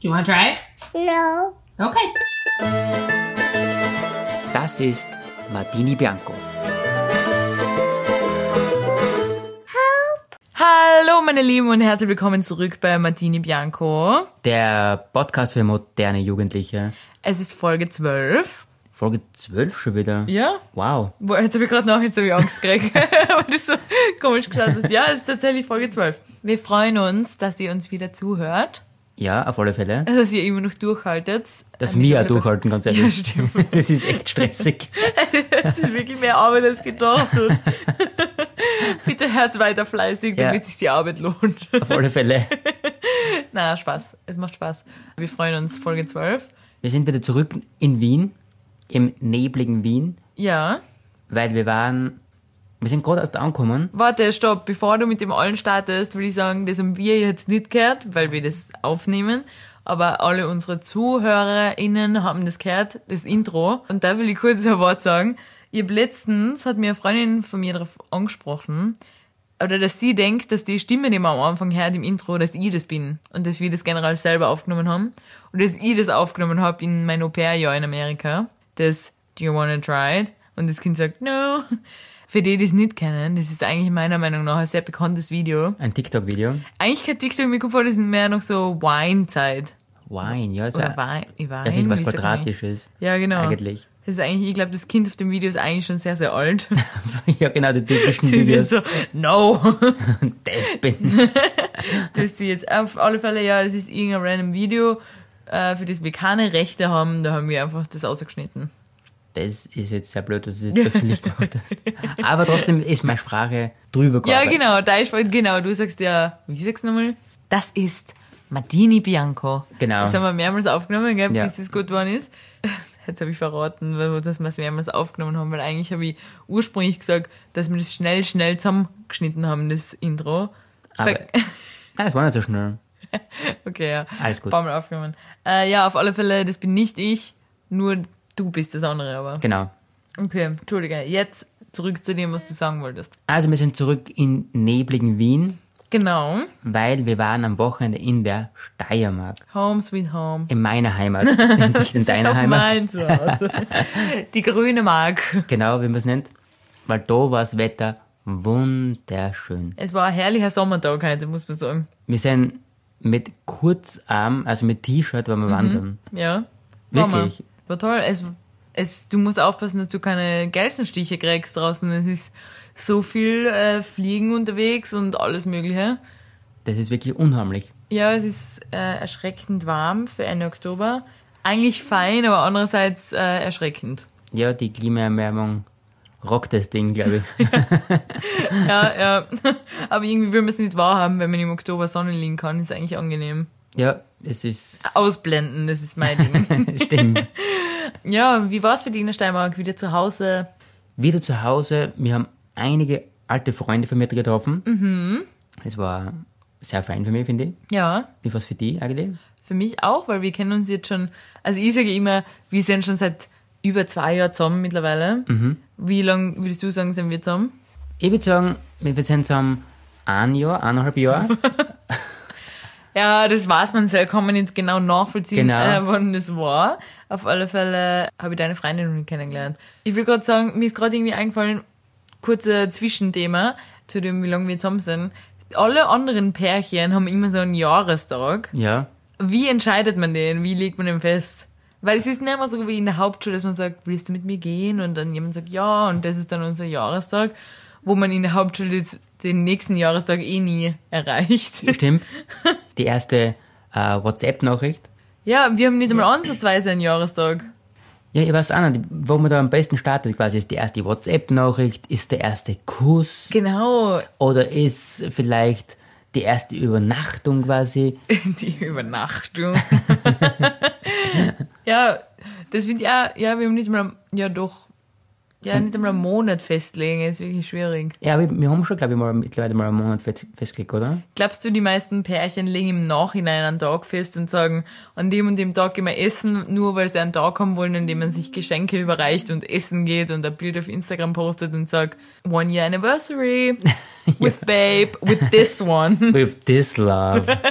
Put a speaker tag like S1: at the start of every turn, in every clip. S1: Do you want to try it?
S2: No.
S1: Okay.
S3: Das ist Martini Bianco.
S4: Hallo meine Lieben und herzlich willkommen zurück bei Martini Bianco.
S3: Der Podcast für moderne Jugendliche.
S4: Es ist Folge 12.
S3: Folge 12 schon wieder.
S4: Ja?
S3: Wow.
S4: Boah, jetzt habe ich gerade noch, jetzt habe ich Angst gekriegt, weil du so komisch geschaut hast. Ja, es ist tatsächlich Folge 12. Wir freuen uns, dass ihr uns wieder zuhört,
S3: Ja, auf alle Fälle.
S4: dass ihr immer noch durchhaltet.
S3: Dass
S4: Ähm,
S3: wir auch
S4: mittlerweile-
S3: durchhalten, ganz
S4: Äh, Ja,
S3: ehrlich.
S4: stimmt.
S3: Es ist echt stressig.
S4: Es ist wirklich mehr Arbeit als gedacht. Und Bitte hört weiter fleißig,
S3: Ja.
S4: damit sich die Arbeit lohnt.
S3: Auf alle Fälle.
S4: Na, Spaß. Es macht Spaß. Wir freuen uns. Folge 12.
S3: Wir sind wieder zurück in Wien, im nebligen Wien,
S4: Ja.
S3: weil wir waren, wir sind gerade erst angekommen.
S4: Warte, stopp. Bevor du mit dem Allen startest, würde ich sagen, das haben wir jetzt nicht gehört, weil wir das aufnehmen. Aber alle unsere ZuhörerInnen haben das gehört, das Intro. Und da will ich kurz ein Wort sagen. Ich hab letztens hat mir eine Freundin von mir darauf angesprochen, oder dass sie denkt, dass die Stimme, die man am Anfang hört im Intro, dass ich das bin und dass wir das generell selber aufgenommen haben und dass ich das aufgenommen habe in mein Au-pair-Jahr in Amerika, das Do you wanna try it? Und das Kind sagt No. Für die, die es nicht kennen, das ist eigentlich meiner Meinung nach ein sehr bekanntes Video.
S3: Ein TikTok-Video.
S4: Eigentlich kein TikTok, mir kommt vor, das ist mehr noch so Wine-Zeit.
S3: Wine, ja. Das
S4: Oder
S3: war,
S4: Wein, ich weiß
S3: das ist was
S4: wie sagt man eigentlich?
S3: Quadratisches.
S4: Ja, genau.
S3: Also Eigentlich.
S4: Das ist eigentlich, ich glaube, das Kind auf dem Video ist eigentlich schon sehr, sehr alt.
S3: ja, genau, die typischen
S4: Sie ist jetzt
S3: Videos.
S4: so, no.
S3: Das bin
S4: dass sie jetzt auf alle Fälle, ja, das ist irgendein random Video, äh, für das wir keine Rechte haben, da haben wir einfach das ausgeschnitten.
S3: Das ist jetzt sehr blöd, dass du es jetzt öffentlich gemacht hast. Aber trotzdem ist meine Sprache drüber
S4: Ja,
S3: gearbeitet.
S4: genau, da ist genau, du sagst ja, wie sagst du nochmal? Das ist Martini Bianco.
S3: Genau.
S4: Das haben wir mehrmals aufgenommen, gell,
S3: Ja.
S4: bis das gut geworden ist. Jetzt habe ich verraten, weil wir- dass wir es mehrmals aufgenommen haben, weil eigentlich habe ich ursprünglich gesagt, dass wir das schnell, schnell zusammengeschnitten haben, das Intro.
S3: Aber-
S4: Ver-
S3: Nein, es war nicht so schnell.
S4: Okay, ja.
S3: Alles gut.
S4: Ein paar Mal aufgenommen. Äh, ja, auf alle Fälle, das bin nicht ich, nur du bist das andere, aber.
S3: Genau.
S4: Okay, Entschuldige, jetzt zurück zu dem, was du sagen wolltest.
S3: Also wir sind zurück in nebligen Wien,
S4: Genau.
S3: weil wir waren am Wochenende in der Steiermark.
S4: Home sweet home.
S3: In meiner Heimat. Nicht in deiner
S4: Ist auch
S3: Heimat.
S4: mein Zuhause. Die grüne Mark.
S3: Genau, wie man es nennt. Weil da war das Wetter wunderschön.
S4: Es war ein herrlicher Sommertag heute, muss man sagen.
S3: Wir sind mit Kurzarm, also mit T-Shirt,
S4: Mhm.
S3: waren wir wandern.
S4: Ja. War
S3: Wirklich?
S4: mal. War toll. Es, es, du musst aufpassen, dass du keine Gelsenstiche kriegst draußen. Es ist so viel äh, Fliegen unterwegs und alles Mögliche.
S3: Das ist wirklich unheimlich.
S4: Ja, es ist äh, erschreckend warm für Ende Oktober. Eigentlich fein, aber andererseits äh, erschreckend.
S3: Ja, die Klimaerwärmung rockt das Ding, glaube ich.
S4: Ja, Ah, ja. Aber irgendwie will man es nicht wahrhaben, wenn man im Oktober Sonne liegen kann. Ist eigentlich angenehm.
S3: ja, es ist...
S4: Ausblenden, das ist mein Ding.
S3: Stimmt.
S4: ja, wie war's für dich in der Steiermark? Wieder zu Hause?
S3: wieder zu Hause. Wir haben einige alte Freunde von mir getroffen. Es war sehr fein für mich, finde ich.
S4: Ja,
S3: Wie war es für die eigentlich?
S4: für mich auch, weil wir kennen uns jetzt schon. Also ich sage immer, wir sind schon seit über zwei Jahren zusammen mittlerweile. Wie lang würdest du sagen, sind wir zusammen?
S3: Ich würde sagen, wir sind zusammen ein Jahr, eineinhalb Jahre.
S4: Ja, das weiß man sehr, kann man nicht genau nachvollziehen,
S3: Genau.
S4: äh, wann das war. Auf alle Fälle habe ich deine Freundin noch nicht kennengelernt. Ich will gerade sagen, mir ist gerade irgendwie eingefallen, kurzer Zwischenthema zu dem, wie lange wir zusammen sind. Alle anderen Pärchen haben immer so einen Jahrestag.
S3: ja.
S4: Wie entscheidet man den? Wie legt man den fest? Weil es ist nicht immer so wie in der Hauptschule, dass man sagt, willst du mit mir gehen? Und dann jemand sagt, ja, und das ist dann unser Jahrestag, wo man in der Hauptschule jetzt den nächsten Jahrestag eh nie erreicht.
S3: Stimmt. Die erste äh, WhatsApp-Nachricht.
S4: Ja, wir haben nicht einmal ansatzweise einen Jahrestag.
S3: Ja, ich weiß auch nicht, wo man da am besten startet quasi. Ist die erste WhatsApp-Nachricht, ist der erste Kuss
S4: Genau,
S3: oder ist vielleicht die erste Übernachtung quasi.
S4: die Übernachtung. ja, das finde ich auch, ja, wir haben nicht mal, ja doch, ja, nicht einmal einen Monat festlegen, ist wirklich schwierig.
S3: Ja, aber wir haben schon, glaube ich, mal, mittlerweile mal einen Monat fest- festgelegt, oder?
S4: Glaubst du, die meisten Pärchen legen im Nachhinein einen Tag fest und sagen, an dem und dem Tag gehen wir essen, nur weil sie einen Tag haben wollen, an dem man sich Geschenke überreicht und essen geht und ein Bild auf Instagram postet und sagt, one year anniversary with babe, with this one.
S3: With this love.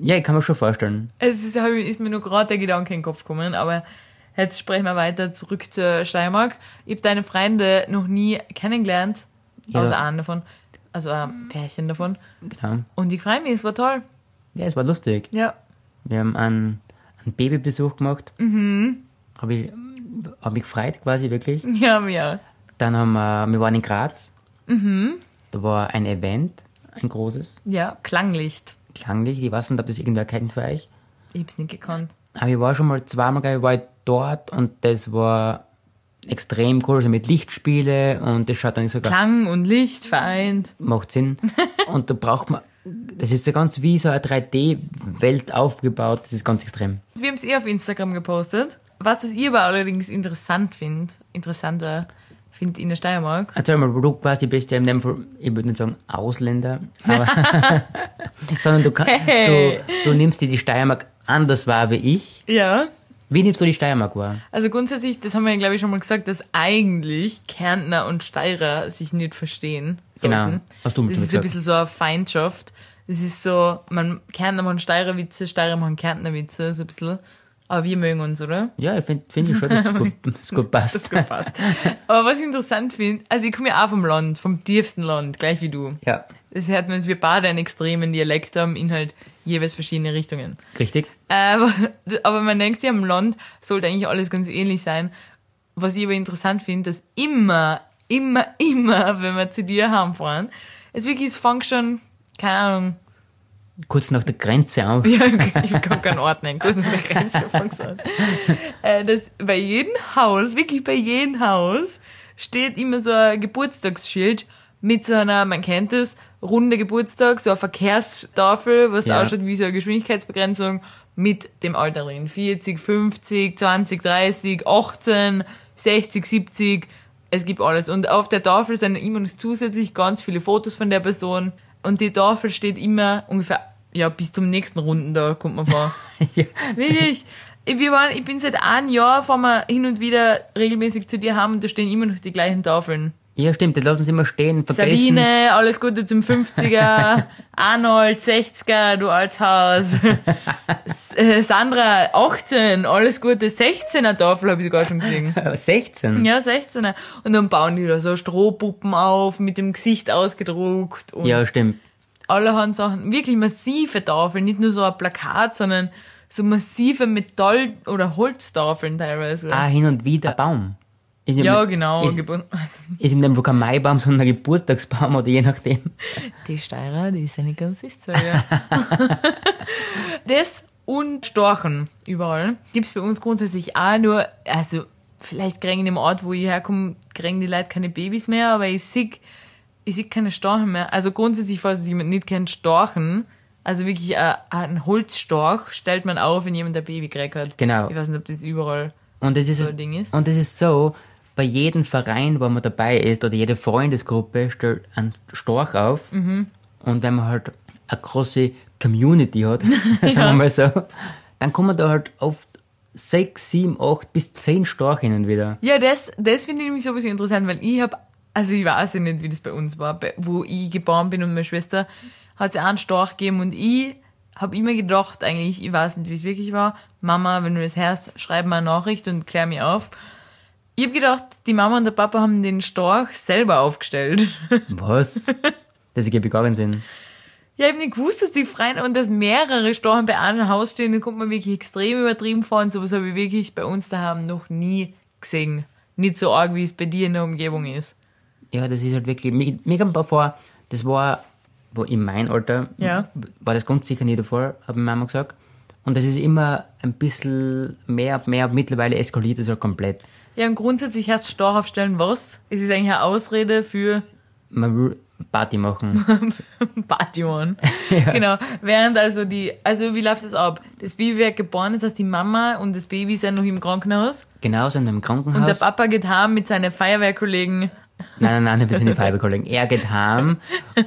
S3: Ja, ich kann mir schon vorstellen.
S4: Es ist, hab ich- ist mir nur gerade der Gedanke in den Kopf gekommen, aber jetzt sprechen wir weiter zurück zur Steiermark. Ich habe deine Freunde noch nie kennengelernt,
S3: Ja.
S4: außer einen davon, also ein Pärchen davon.
S3: Genau.
S4: Und ich freue mich, es war toll.
S3: Ja, es war lustig.
S4: Ja.
S3: Wir haben einen, einen Babybesuch gemacht. Mhm. Habe ich, hab mich gefreut quasi wirklich.
S4: Ja, ja.
S3: Dann haben wir, wir waren in Graz. Da war ein Event, ein großes,
S4: Ja, Klanglicht.
S3: klanglich. Ich weiß nicht, ob das irgendwer kennt für euch.
S4: Ich hab's nicht gekannt.
S3: Aber ich war schon mal zweimal, glaube ich, war ich dort und das war extrem cool, also mit Lichtspiele und das schaut dann sogar,
S4: Klang und Licht vereint.
S3: macht Sinn. und da braucht man, das ist so ganz wie so eine 3D-Welt aufgebaut, das ist ganz extrem.
S4: Wir haben's eh auf Instagram gepostet. Was, was ihr aber allerdings interessant findet, interessanter findet in der Steiermark.
S3: Erzähl mal, du quasi bist ja in dem Fall, ich würde nicht sagen Ausländer, aber, sondern du, kann,
S4: Hey.
S3: du, du nimmst dir die Steiermark anders wahr wie ich.
S4: Ja.
S3: Wie nimmst du die Steiermark wahr?
S4: Also grundsätzlich, das haben wir ja, glaube ich, schon mal gesagt, dass eigentlich Kärntner und Steirer sich nicht verstehen sollten.
S3: Genau, hast du mir
S4: Das ist ein
S3: gesagt.
S4: bisschen so eine Feindschaft. Das ist so, man, Kärntner machen Steirer Witze, Steirer machen Kärntner Witze, so ein bisschen. Aber wir mögen uns, oder?
S3: Ja, ich finde find ich schon, dass es gut, dass es gut passt.
S4: Das gut passt. Aber was ich interessant finde, also ich komme ja auch vom Land, vom tiefsten Land, gleich wie du.
S3: Ja,
S4: Das hört man, dass wir beide einen extremen Dialekt haben, in halt jeweils verschiedene Richtungen.
S3: richtig.
S4: Aber, aber man denkt sich, am Land sollte eigentlich alles ganz ähnlich sein. Was ich aber interessant finde, dass immer, immer, immer, wenn wir zu dir heimfahren, es wirklich, es fängt schon, keine Ahnung,
S3: Kurz nach der Grenze auf.
S4: ja, ich kann keinen Ort nennen, kurz an der Grenze fängt's an. Äh, das, bei jedem Haus, wirklich bei jedem Haus, steht immer so ein Geburtstagsschild mit so einer, man kennt es, runde Geburtstag, so eine Verkehrstafel, was
S3: Ja.
S4: ausschaut wie so eine Geschwindigkeitsbegrenzung mit dem Alter drin. 40, 50, 20, 30, 18, 60, 70, es gibt alles. Und auf der Tafel sind immer noch zusätzlich ganz viele Fotos von der Person. Und die Tafel steht immer ungefähr, ja, bis zum nächsten Runden da, kommt man vor.
S3: Ja.
S4: Wirklich. Wir waren, ich bin seit einem Jahr, fahren wir hin und wieder regelmäßig zu dir haben und da stehen immer noch die gleichen Tafeln.
S3: Ja, stimmt, das lassen sie immer stehen, vergessen.
S4: Sabine, alles Gute zum 50er, Arnold, 60er, du Altshaus, S- äh, Sandra, 18, alles Gute, 16er Tafel habe ich sogar schon gesehen.
S3: Äh, 16?
S4: Ja, 16er. Und dann bauen die da so Strohpuppen auf, mit dem Gesicht ausgedruckt und
S3: Ja, stimmt.
S4: allerhand Sachen, wirklich massive Tafeln, nicht nur so ein Plakat, sondern so massive Metall- oder Holztafeln teilweise.
S3: Ah, hin und wieder ein Baum. Ist nicht
S4: ja,
S3: mehr-
S4: genau.
S3: Ist,
S4: Gebur- Also,
S3: ist in dem Fall kein Maibaum, sondern ein Geburtstagsbaum oder je nachdem.
S4: die Steirer, die ist ja nicht ganz sicher. Ja. das und Storchen überall. gibt's bei uns grundsätzlich auch nur, also vielleicht kriegen in dem Ort, wo ich herkomme, kriegen die Leute keine Babys mehr, aber ich sehe ich sehe keine Storchen mehr. Also grundsätzlich, falls es jemand nicht kennt, Storchen, also wirklich äh, ein Holzstorch stellt man auf, wenn jemand ein Baby gekriegt hat.
S3: Genau.
S4: Ich weiß nicht, ob das überall.
S3: Und das ist,
S4: So ein Ding ist.
S3: Und das ist so, bei jedem Verein, wo man dabei ist, oder jede Freundesgruppe stellt einen Storch auf.
S4: Mhm.
S3: Und wenn man halt eine große Community hat, sagen wir mal so, dann kommen da halt oft sechs, sieben, acht bis zehn Storchinnen wieder.
S4: Ja, das, das finde ich nämlich so ein bisschen interessant, weil ich habe, also ich weiß ja nicht, wie das bei uns war, bei- wo ich geboren bin und meine Schwester hat sie einen Storch gegeben und ich habe immer gedacht, eigentlich, ich weiß nicht, wie es wirklich war, Mama, wenn du das hörst, schreib mir eine Nachricht und klär mich auf. Ich habe gedacht, die Mama und der Papa haben den Storch selber aufgestellt.
S3: Was? Das ergibt gar keinen Sinn.
S4: Ja, ich habe nicht gewusst, dass die Freien und dass mehrere Storchen bei einem Haus stehen, da kommt man wirklich extrem übertrieben vor und sowas habe ich wirklich bei uns daheim noch nie gesehen. Nicht so arg, wie es bei dir in der Umgebung ist.
S3: Ja, das ist halt wirklich, mir, mir kommt vor, das war, wo in meinem Alter,
S4: Ja.
S3: war das ganz sicher nie der Fall, hat meine Mama gesagt. Und das ist immer ein bisschen mehr, mehr, mittlerweile eskaliert es halt komplett.
S4: Ja, und grundsätzlich heißt Storch aufstellen was? Es ist eigentlich eine Ausrede für
S3: Man will Party machen.
S4: Partymann. Genau. Während also die, also wie läuft das ab? Das Baby wird geboren, das heißt die Mama und das Baby sind noch im Krankenhaus
S3: Genauso in einem Krankenhaus.
S4: und der Papa geht heim mit seinen Feuerwehrkollegen.
S3: Nein, nein, nein, nicht mit seinen Fiberkollegen. Er geht heim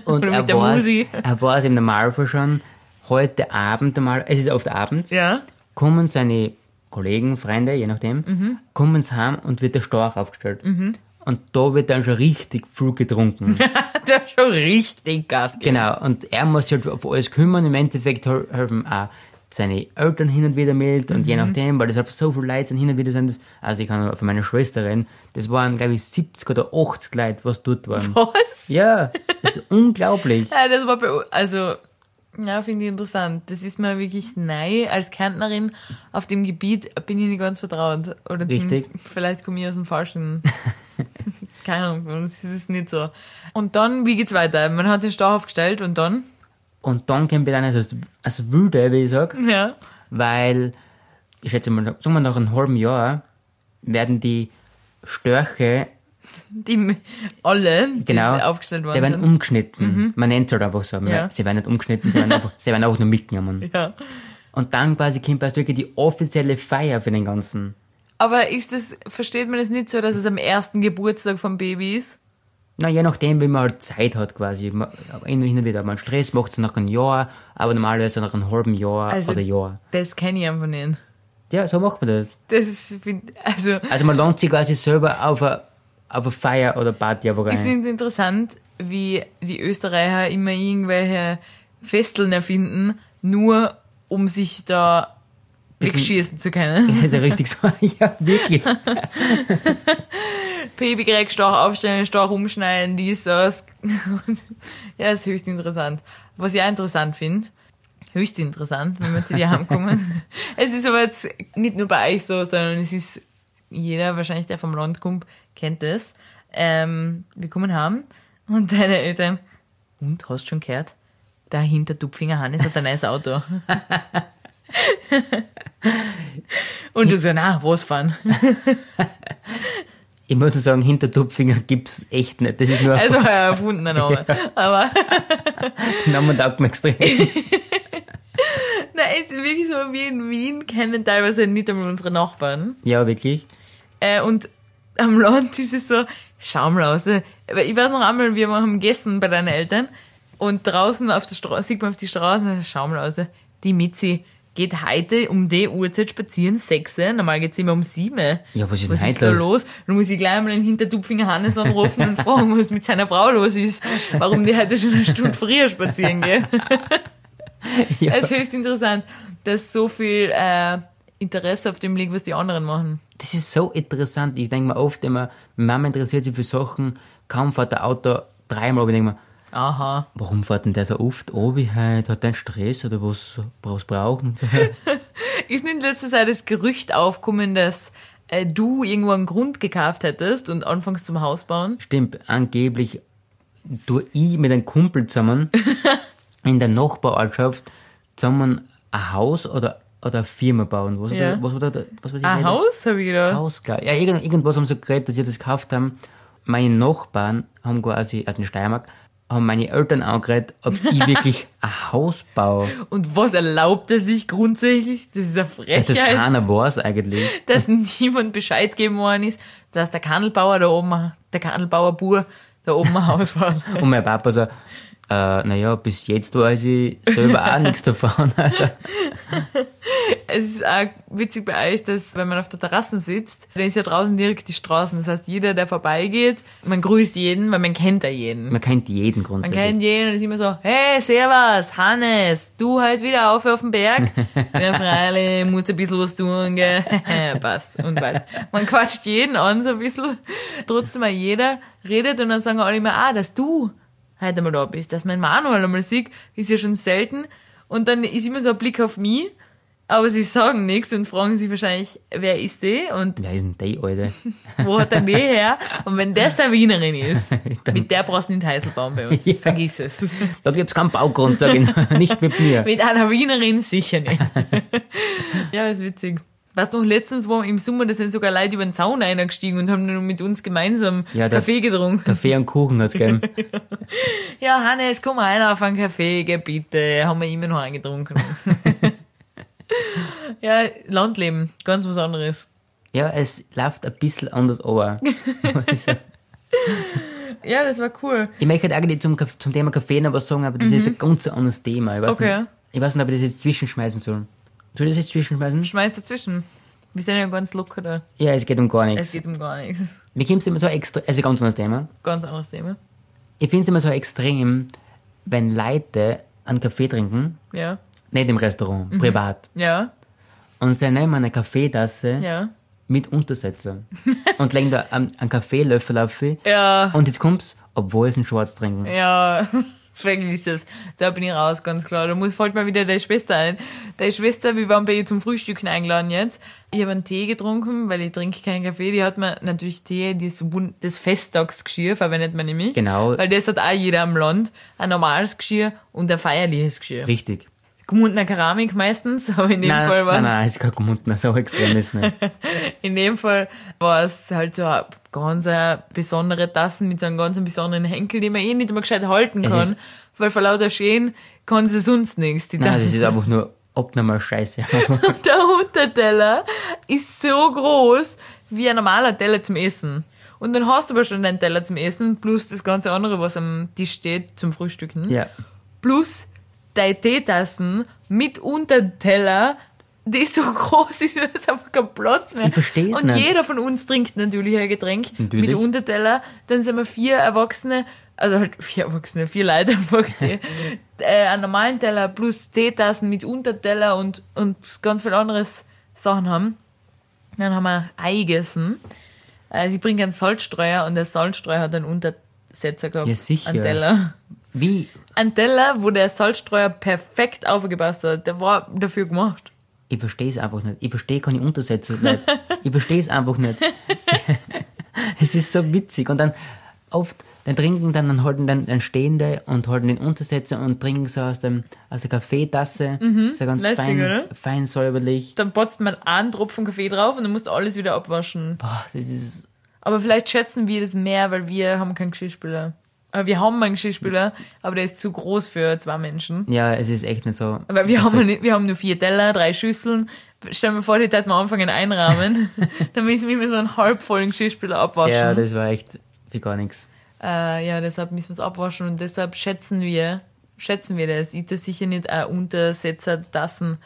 S3: und
S4: Oder
S3: er
S4: mit der
S3: war,
S4: Musi.
S3: er war es im Normalfall schon. Heute Abend einmal, es ist oft abends,
S4: Ja.
S3: kommen seine Kollegen, Freunde, je nachdem, kommen sie heim und wird der Storch aufgestellt. Und da wird dann schon richtig viel getrunken.
S4: Der hat schon richtig Gas gegeben.
S3: genau. Und er muss sich halt auf alles kümmern. Im Endeffekt hel- helfen auch seine Eltern hin und wieder mit und je nachdem, weil das halt so viele Leute sind, hin und wieder sind das, also ich kann von meiner Schwesterin, das waren glaube ich 70 oder 80 Leute, was dort waren.
S4: Was?
S3: Ja, das ist unglaublich.
S4: Ja, das war bei, u- also, ja, finde ich interessant. Das ist mir wirklich neu. Als Kärntnerin auf dem Gebiet bin ich nicht ganz vertraut. Oder zumindest, vielleicht komme ich aus dem falschen. Keine Ahnung, bei uns ist es nicht so. Und dann, wie geht's weiter? Man hat den Stau aufgestellt und dann,
S3: Und dann kommt dann als, als Wilde, wie ich sag,
S4: ja,
S3: weil, ich schätze mal, sagen wir nach einem halben Jahr, werden die Störche,
S4: die, m- alle, die
S3: genau,
S4: aufgestellt
S3: die
S4: worden
S3: werden
S4: sind.
S3: umgeschnitten. Man nennt es halt einfach so.
S4: Ja.
S3: Sie werden nicht umgeschnitten, sie werden einfach, sie werden einfach nur mitgenommen.
S4: Ja.
S3: Und dann quasi kommt erst wirklich die offizielle Feier für den Ganzen.
S4: Aber ist das, versteht man das nicht so, dass es am ersten Geburtstag vom Baby ist?
S3: Na, je nachdem, wie man halt Zeit hat quasi. Man- Hin hin und wieder hat man Stress, macht es nach einem Jahr, aber normalerweise nach einem halben Jahr
S4: Also-
S3: oder Jahr.
S4: Das kenne ich einfach nicht.
S3: Ja, so macht man das.
S4: Das ist, find- also,
S3: Also man lohnt sich quasi selber auf eine, auf eine Feier oder Party einfach
S4: Ich
S3: rein.
S4: finde interessant, wie die Österreicher immer irgendwelche Festeln erfinden, nur um sich da
S3: Bisschen-
S4: wegschießen zu können.
S3: Also richtig so, ja, wirklich.
S4: Babykrieg, Stach aufstellen, Stach umschneiden, dies, das. ja, ist höchst interessant. Was ich auch interessant finde, höchst interessant, wenn wir zu dir heimkommen. es ist aber jetzt nicht nur bei euch so, sondern es ist jeder, wahrscheinlich der vom Land kommt, kennt das. Ähm, wir kommen heim und deine Eltern, und hast schon gehört, da hinter Tupfinger Hannes hat ein neues Auto. und du gesagt, na, was fahren?
S3: Ich muss nur sagen, hinter Tupfinger gibt's echt nicht. Das ist nur
S4: Also ein erfundener Name. Aber
S3: ein Name und Augen extrem.
S4: Nein, es ist wirklich so, wir in Wien kennen teilweise nicht einmal unsere Nachbarn.
S3: Ja, wirklich.
S4: Äh, und am Land ist es so, schau mal aus. äh, Aber ich weiß noch einmal, wir haben gegessen bei deinen Eltern und draußen auf der Straße, sieht man auf die Straße, schau mal aus. äh, Die Mitzi geht heute um die Uhrzeit spazieren, sechs, äh, normal geht's immer um sieben.
S3: Ja, was ist denn
S4: was
S3: heute
S4: ist da
S3: los?
S4: los? Dann muss ich gleich mal den Hintertupfinger Hannes anrufen und fragen, was mit seiner Frau los ist, warum die heute schon eine Stunde früher spazieren Also- geht.
S3: Ja.
S4: Es ist höchst interessant, dass so viel äh, Interesse auf dem liegt, was die anderen machen.
S3: Das ist so interessant. Ich denke mir oft immer, meine Mama interessiert sich für Sachen, kaum fährt der Auto dreimal, aber ich denke mir,
S4: Aha.
S3: warum fährt denn der so oft? Obi, heute hat der einen Stress oder was, was brauchen?
S4: Ist nicht in letzter Zeit das Gerücht aufgekommen, dass äh, du irgendwo einen Grund gekauft hättest und anfängst zum Haus bauen?
S3: Stimmt, angeblich tue ich mit einem Kumpel zusammen in der Nachbarortschaft zusammen ein Haus oder, oder eine Firma bauen. Was,
S4: Ja.
S3: war da, was war da, was war die
S4: Ein
S3: Rede?
S4: Haus, habe ich gedacht.
S3: Haus, klar. Ja, irgend, irgendwas haben sie geredet, dass sie das gekauft haben. Meine Nachbarn haben quasi, also in Steiermark, haben meine Eltern angeredet, ob ich wirklich ein Haus baue.
S4: Und was erlaubt er sich grundsätzlich? Das ist eine
S3: Dass das
S4: Frechheit,
S3: keiner weiß eigentlich.
S4: dass niemand Bescheid geben worden ist, dass der Kandelbauer da oben, der Kandelbauer Bur da oben ein Haus baut.
S3: Und mein Papa so, äh, naja, bis jetzt weiß ich selber auch nichts davon. Also,
S4: Es ist auch witzig bei euch, dass wenn man auf der Terrasse sitzt, dann ist ja draußen direkt die Straßen. Das heißt, jeder, der vorbeigeht, man grüßt jeden, weil man kennt ja jeden.
S3: man kennt jeden
S4: Man
S3: grundsätzlich.
S4: kennt jeden und ist immer so, hey, servus, Hannes, du halt wieder auf auf dem Berg? Ja, freilich, muss ein bisschen was tun, gell? Passt. Und weiter. Man quatscht jeden an so ein bisschen. Trotzdem auch jeder redet und dann sagen alle immer, ah, dass du heute mal da bist, dass mein Manuel einmal sieht, ist ja schon selten. Und dann ist immer so ein Blick auf mich, aber sie sagen nichts und fragen sich wahrscheinlich, wer ist die und
S3: Wer ist denn der, Alter?
S4: wo hat er die her? Und wenn das der Wienerin ist, mit der brauchst du nicht Heißelbaum bei uns.
S3: Ja.
S4: Vergiss es.
S3: Da gibt's keinen Baugrund, sag ich. nicht mit mir.
S4: Mit einer Wienerin sicher nicht. ja, ist witzig. Weißt du, noch, letztens war im Sommer, da sind sogar Leute über den Zaun eingestiegen und haben dann mit uns gemeinsam
S3: Ja, das-
S4: Kaffee getrunken.
S3: Kaffee und Kuchen hat's gegeben.
S4: Ja, Hannes, komm rein auf einen Kaffee, gell, bitte. Haben wir immer noch eingetrunken. ja, Landleben, ganz was anderes.
S3: Ja, es läuft ein bisschen anders aber.
S4: Ja, das war cool.
S3: Ich möchte eigentlich zum, Kaff- zum Thema Kaffee noch was sagen, aber das ist jetzt ein ganz anderes Thema. Ich weiß,
S4: Mhm. Okay.
S3: nicht, ich weiß nicht, ob ich das jetzt zwischenschmeißen soll. Soll ich das jetzt zwischenschmeißen?
S4: Schmeiß dazwischen. Wir sind ja ganz locker da.
S3: Ja, es geht um gar
S4: Es
S3: nichts.
S4: geht um gar nichts.
S3: Mir kommt es immer so extrem, also ganz anderes Thema.
S4: Ganz anderes Thema.
S3: Ich finde es immer so extrem, wenn Leute einen Kaffee trinken,
S4: Ja.
S3: nicht im Restaurant,
S4: Mhm.
S3: privat,
S4: Ja.
S3: und sie nehmen eine Kaffeetasse
S4: Ja.
S3: mit Untersetzer und legen da einen, einen Kaffeelöffel auf sie.
S4: Ja.
S3: Und jetzt kommt's, obwohl sie einen Schwarz trinken.
S4: Ja, vergiss es. Da bin ich raus, ganz klar. Da muss, fällt mir wieder der Schwester ein. Der Schwester, wir waren bei ihr zum Frühstücken eingeladen jetzt. Ich habe einen Tee getrunken, weil ich trinke keinen Kaffee. Die hat mir natürlich Tee des, Wun- des Festtagsgeschirr, verwendet man nämlich.
S3: Genau.
S4: Weil das hat auch jeder am Land. Ein normales Geschirr und ein feierliches Geschirr.
S3: Richtig.
S4: Gemundener Keramik meistens, aber in dem
S3: nein,
S4: Fall war
S3: nein,
S4: es
S3: nein, ist kein Gemundner, so extrem ist nicht.
S4: in dem Fall war es halt so eine ganz eine besondere Tassen mit so einem ganz besonderen Henkel, den man eh nicht mehr gescheit halten
S3: Es
S4: kann,
S3: ist-
S4: weil vor lauter Schön kann sie sonst nichts, die
S3: Nein, das
S4: Tassen.
S3: ist einfach nur abnormal scheiße. Aber
S4: Der Unterteller ist so groß wie ein normaler Teller zum Essen. Und dann hast du aber schon deinen Teller zum Essen, plus das ganze andere, was am Tisch steht zum Frühstücken.
S3: ja.
S4: Plus deine Teetassen mit Unterteller, die so groß ist, dass es einfach kein Platz mehr.
S3: Ich versteh's
S4: Und
S3: nicht.
S4: jeder von uns trinkt natürlich ein Getränk
S3: Natürlich.
S4: mit Unterteller. Dann sind wir vier Erwachsene, also halt vier Erwachsene, vier Leute einfach, die äh, einen normalen Teller plus Teetassen mit Unterteller und, und ganz viel anderes Sachen haben. Dann haben wir Ei gegessen. Äh, sie bringt einen Salzstreuer und der Salzstreuer hat einen Untersetzer gehabt.
S3: Ja, sicher.
S4: Einen Teller
S3: Wie?
S4: ein Teller, wo der Salzstreuer perfekt aufgepasst hat. Der war dafür gemacht.
S3: Ich verstehe es einfach nicht. Ich verstehe keine Untersetzung nicht. Ich verstehe es einfach nicht. es ist so witzig. Und dann oft, dann trinken dann, dann halten dann, dann Stehende und halten den Untersetzer und trinken so aus, dem, aus der Kaffeetasse. so ganz
S4: Mhm. lässig,
S3: fein,
S4: oder?
S3: fein säuberlich.
S4: Dann botzt man einen Tropfen Kaffee drauf und dann musst du alles wieder abwaschen.
S3: Boah, das ist,
S4: Aber vielleicht schätzen wir das mehr, weil wir haben keinen Geschirrspüler. Aber wir haben einen Geschirrspüler, aber der ist zu groß für zwei Menschen.
S3: ja, es ist echt nicht so.
S4: Weil wir haben, nicht, wir haben nur vier Teller, drei Schüsseln. Stell mir vor, die hätten wir anfangen einrahmen. dann müssen wir immer so einen halbvollen Geschirrspüler abwaschen.
S3: Ja, das war echt für gar nichts.
S4: Äh, ja, deshalb müssen wir es abwaschen und deshalb schätzen wir, schätzen wir das. Ich tue sicher nicht ein Untersetzer, Tassen,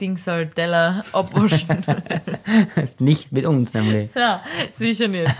S4: Dings halt, Teller abwaschen.
S3: nicht mit uns nämlich.
S4: ja, sicher nicht.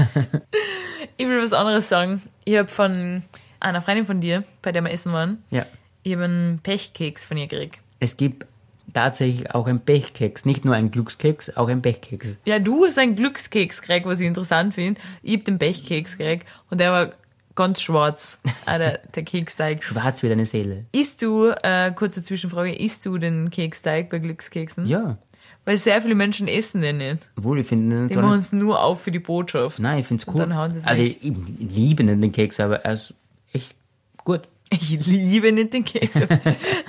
S4: Ich will was anderes sagen. Ich habe von einer Freundin von dir, bei der wir essen waren,
S3: Ja.
S4: ich habe einen Pechkeks von ihr gekriegt.
S3: Es gibt tatsächlich auch einen Pechkeks. Nicht nur einen Glückskeks, auch einen Pechkeks.
S4: Ja, du hast einen Glückskeks gekriegt, was ich interessant finde. Ich habe den Pechkeks gekriegt und der war ganz schwarz. Ah, der, der Keksteig.
S3: Schwarz wie deine Seele.
S4: Isst du, äh, kurze Zwischenfrage, isst du den Keksteig bei Glückskeksen?
S3: Ja.
S4: Weil sehr viele Menschen essen den nicht.
S3: Wohl, ich finde
S4: Die
S3: den so
S4: machen
S3: nicht-
S4: es nur auf für die Botschaft.
S3: Nein, ich finde es cool.
S4: dann hauen sie's
S3: also
S4: weg.
S3: ich, ich liebe nicht den Keks, aber er ist echt gut.
S4: Ich liebe nicht den Keks.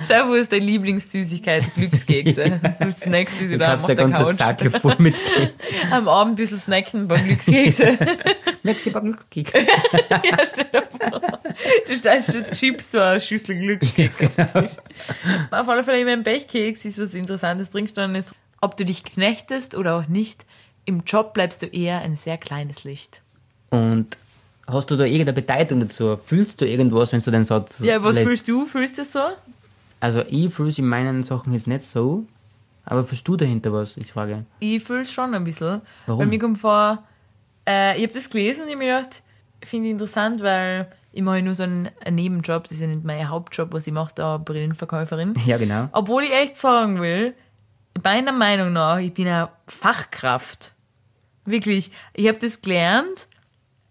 S4: Schau, wo ist deine Lieblingssüßigkeit? Glückskekse. Das nächste ist
S3: Du
S4: wieder auf
S3: kaufst ein
S4: der
S3: ganzes
S4: Couch.
S3: Sackel voll mit Keks.
S4: Am Abend ein bisschen snacken bei Glückskekse.
S3: Merci, paar Glückskeks.
S4: ja, stell dir vor. Du steigst schon Chips, so eine Schüssel Glückskekse. Auf alle Fälle, ich mein Pechkeks ist was Interessantes drin gestanden ist. Ob du dich knechtest oder auch nicht, im Job bleibst du eher ein sehr kleines Licht.
S3: Und hast du da irgendeine Bedeutung dazu? Fühlst du irgendwas, wenn du den Satz
S4: Ja, was
S3: lässt?
S4: fühlst du? Fühlst du so?
S3: Also ich fühl's in meinen Sachen jetzt nicht so, aber fühlst du dahinter was? Ich frage.
S4: Ich fühle es schon ein bisschen.
S3: Warum?
S4: Weil mir kommt vor, äh, ich habe das gelesen und ich hab mir gedacht, finde ich interessant, weil ich mache nur so einen, einen Nebenjob, das ist ja nicht mein Hauptjob, was ich mache, da Brillenverkäuferin.
S3: Ja, genau.
S4: Obwohl ich echt sagen will, meiner Meinung nach, ich bin eine Fachkraft. Wirklich, ich habe das gelernt,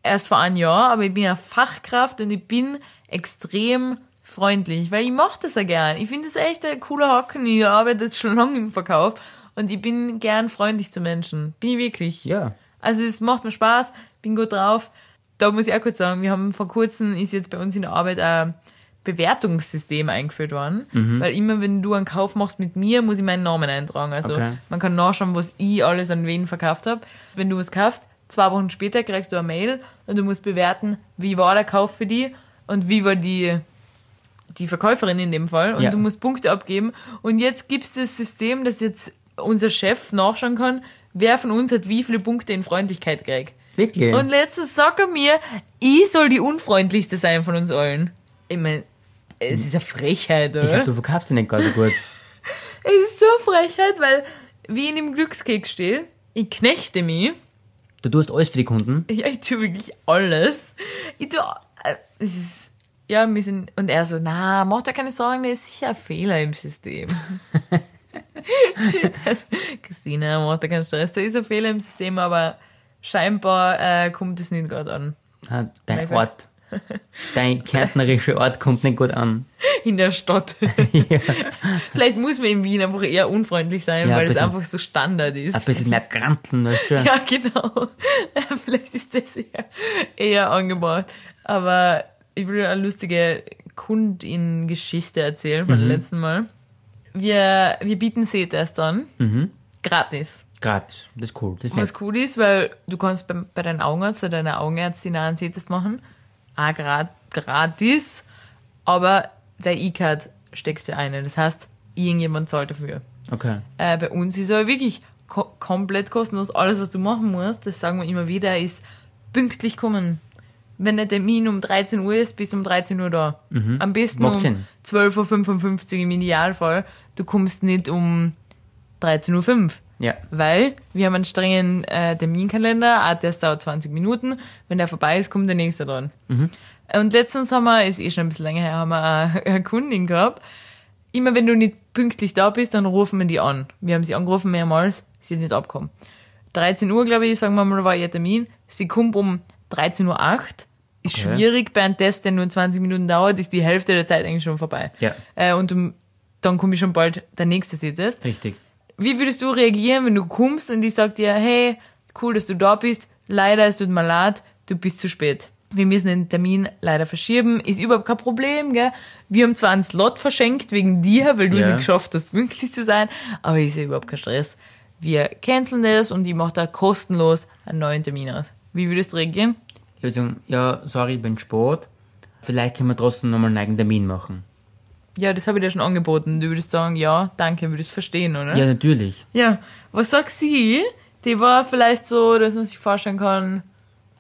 S4: erst vor einem Jahr, aber ich bin eine Fachkraft und ich bin extrem freundlich, weil ich mache das ja gern. Ich finde das echt ein cooler Haken. Ich arbeite jetzt schon lange im Verkauf und ich bin gern freundlich zu Menschen. Bin ich wirklich.
S3: Ja.
S4: Also es macht mir Spaß, bin gut drauf. Da muss ich auch kurz sagen, wir haben vor kurzem, ist jetzt bei uns in der Arbeit ein Bewertungssystem eingeführt worden, weil immer wenn du einen Kauf machst mit mir, muss ich meinen Namen eintragen. Also
S3: Okay.
S4: man kann nachschauen, was ich alles an wen verkauft habe. Wenn du was kaufst, zwei Wochen später kriegst du eine Mail und du musst bewerten, wie war der Kauf für die und wie war die die Verkäuferin in dem Fall und
S3: Ja.
S4: du musst Punkte abgeben. Und jetzt gibt's das System, dass jetzt unser Chef nachschauen kann, wer von uns hat wie viele Punkte in Freundlichkeit gekriegt.
S3: Wirklich?
S4: Und letztens sagt er mir, ich soll die unfreundlichste sein von uns allen. Ich mein, es ist eine Frechheit,
S3: ich glaube,
S4: oder?
S3: du verkaufst ihn nicht gar so gut.
S4: Es ist so eine Frechheit, weil wie in dem Glückskeks steht, ich knechte mich.
S3: Du tust alles für die Kunden.
S4: Ich, ich tue wirklich alles. Ich tue, äh, es ist, ja, wir sind, und er so, na, macht ja keine Sorgen, da ist sicher ein Fehler im System. Also, Christina, macht ja keinen Stress, da ist ein Fehler im System, aber scheinbar äh, kommt es nicht gerade an.
S3: Ah, Dein
S4: Nein,
S3: Ort. Dein kärntnerischer Ort kommt nicht gut an.
S4: In der Stadt.
S3: Ja.
S4: Vielleicht muss man in Wien einfach eher unfreundlich sein,
S3: Ja,
S4: weil es
S3: bisschen.
S4: einfach so Standard ist.
S3: Ein bisschen mehr Granteln, weißt du?
S4: Ja, genau. Vielleicht ist das eher, eher angebracht. Aber ich will eine lustige Kundin-Geschichte erzählen beim letzten Mal. Wir, wir bieten Sehtest an. Gratis.
S3: Gratis. Das ist cool. Das ist nett.
S4: Was cool ist, weil du kannst bei, bei deinem Augenarzt oder deiner Augenärztin auch einen Sehtest machen. Auch grat, gratis. Aber dein E-Card steckst du ein. Das heißt, irgendjemand zahlt dafür
S3: Okay.
S4: äh, bei uns ist aber wirklich ko komplett kostenlos. Alles, was du machen musst, das sagen wir immer wieder, ist pünktlich kommen. Wenn der Termin um 13 Uhr ist, bist du um 13 Uhr da. Am besten
S3: Mhm. Macht
S4: um
S3: Sinn.
S4: 12.55 Uhr im Idealfall. Du kommst nicht um 13.05 Uhr.
S3: Ja.
S4: Weil wir haben einen strengen äh, Terminkalender, ah, das dauert 20 Minuten. Wenn der vorbei ist, kommt der nächste dran.
S3: Mhm.
S4: Und letztens haben wir, ist eh schon ein bisschen länger her, haben wir eine, eine Kundin gehabt. Immer wenn du nicht pünktlich da bist, dann rufen wir die an. Wir haben sie angerufen mehrmals, sie hat nicht abgekommen. 13 Uhr, glaube ich, sagen wir mal, war ihr Termin. Sie kommt um 13.08 Uhr. Ist
S3: Okay.
S4: schwierig, bei einem Test, der nur 20 Minuten dauert, ist die Hälfte der Zeit eigentlich schon vorbei.
S3: Ja.
S4: Äh, und um, dann komme ich schon bald der nächste Sehtest.
S3: Richtig.
S4: Wie würdest du reagieren, wenn du kommst und ich sag dir, hey, cool, dass du da bist, leider, es tut mir leid, du bist zu spät. Wir müssen den Termin leider verschieben, ist überhaupt kein Problem, gell? Wir haben zwar einen Slot verschenkt wegen dir, weil du es
S3: Ja.
S4: nicht geschafft hast, pünktlich zu sein, aber ist ja überhaupt kein Stress. Wir canceln das und ich mache da kostenlos einen neuen Termin aus. Wie würdest du reagieren?
S3: Ich würde sagen, ja, sorry, ich bin Sport. Vielleicht können wir trotzdem nochmal einen eigenen Termin machen.
S4: Ja, das habe ich dir schon angeboten. Du würdest sagen, ja, danke, würdest verstehen, oder?
S3: Ja, natürlich.
S4: Ja, was sagt sie? Die war vielleicht so, dass man sich vorstellen kann,